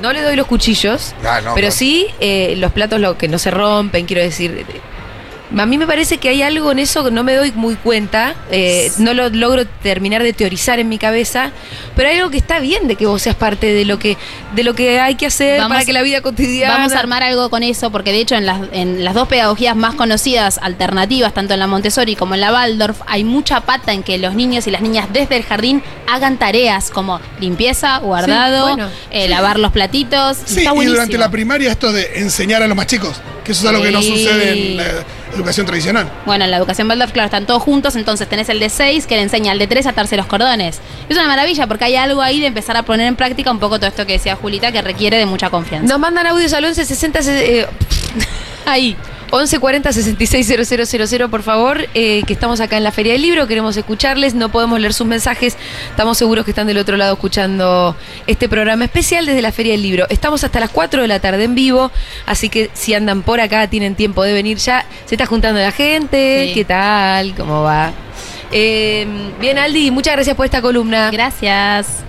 [SPEAKER 2] No le doy los cuchillos,
[SPEAKER 4] Ah, no,
[SPEAKER 2] pero
[SPEAKER 4] no.
[SPEAKER 2] sí eh, los platos lo que no se rompen, quiero decir. eh, A mí me parece que hay algo en eso que no me doy muy cuenta, eh, no lo logro terminar de teorizar en mi cabeza, pero hay algo que está bien de que vos seas parte de lo que de lo que hay que hacer
[SPEAKER 5] Vamos-
[SPEAKER 2] para que la vida cotidiana.
[SPEAKER 5] Vamos a armar algo con eso, porque de hecho en las, en las dos pedagogías más conocidas, alternativas, tanto en la Montessori como en la Waldorf, hay mucha pata en que los niños y las niñas desde el jardín hagan tareas como limpieza, guardado,
[SPEAKER 2] Sí, bueno.
[SPEAKER 5] eh, lavar los platitos.
[SPEAKER 3] Sí,
[SPEAKER 5] está
[SPEAKER 3] y
[SPEAKER 5] buenísimo.
[SPEAKER 3] durante la primaria esto de enseñar a los más chicos, que eso es algo que no
[SPEAKER 5] Sí.
[SPEAKER 3] sucede en la educación tradicional.
[SPEAKER 5] Bueno, en la educación Waldorf, claro, están todos juntos, entonces tenés el de 6 que le enseña al de 3 a atarse los cordones. Es una maravilla porque hay algo ahí de empezar a poner en práctica un poco todo esto que decía Julita que requiere de mucha confianza.
[SPEAKER 2] Nos mandan audios al 11 60 eh, ahí. 11 40 66 000, por favor, eh, que estamos acá en la Feria del Libro, queremos escucharles, no podemos leer sus mensajes, estamos seguros que están del otro lado escuchando este programa especial desde la Feria del Libro. Estamos hasta las 4 de la tarde en vivo, así que si andan por acá, tienen tiempo de venir ya, se está juntando la gente,
[SPEAKER 5] Sí.
[SPEAKER 2] ¿qué tal? ¿Cómo va? Eh, bien, Aldi, muchas gracias por esta columna.
[SPEAKER 5] Gracias.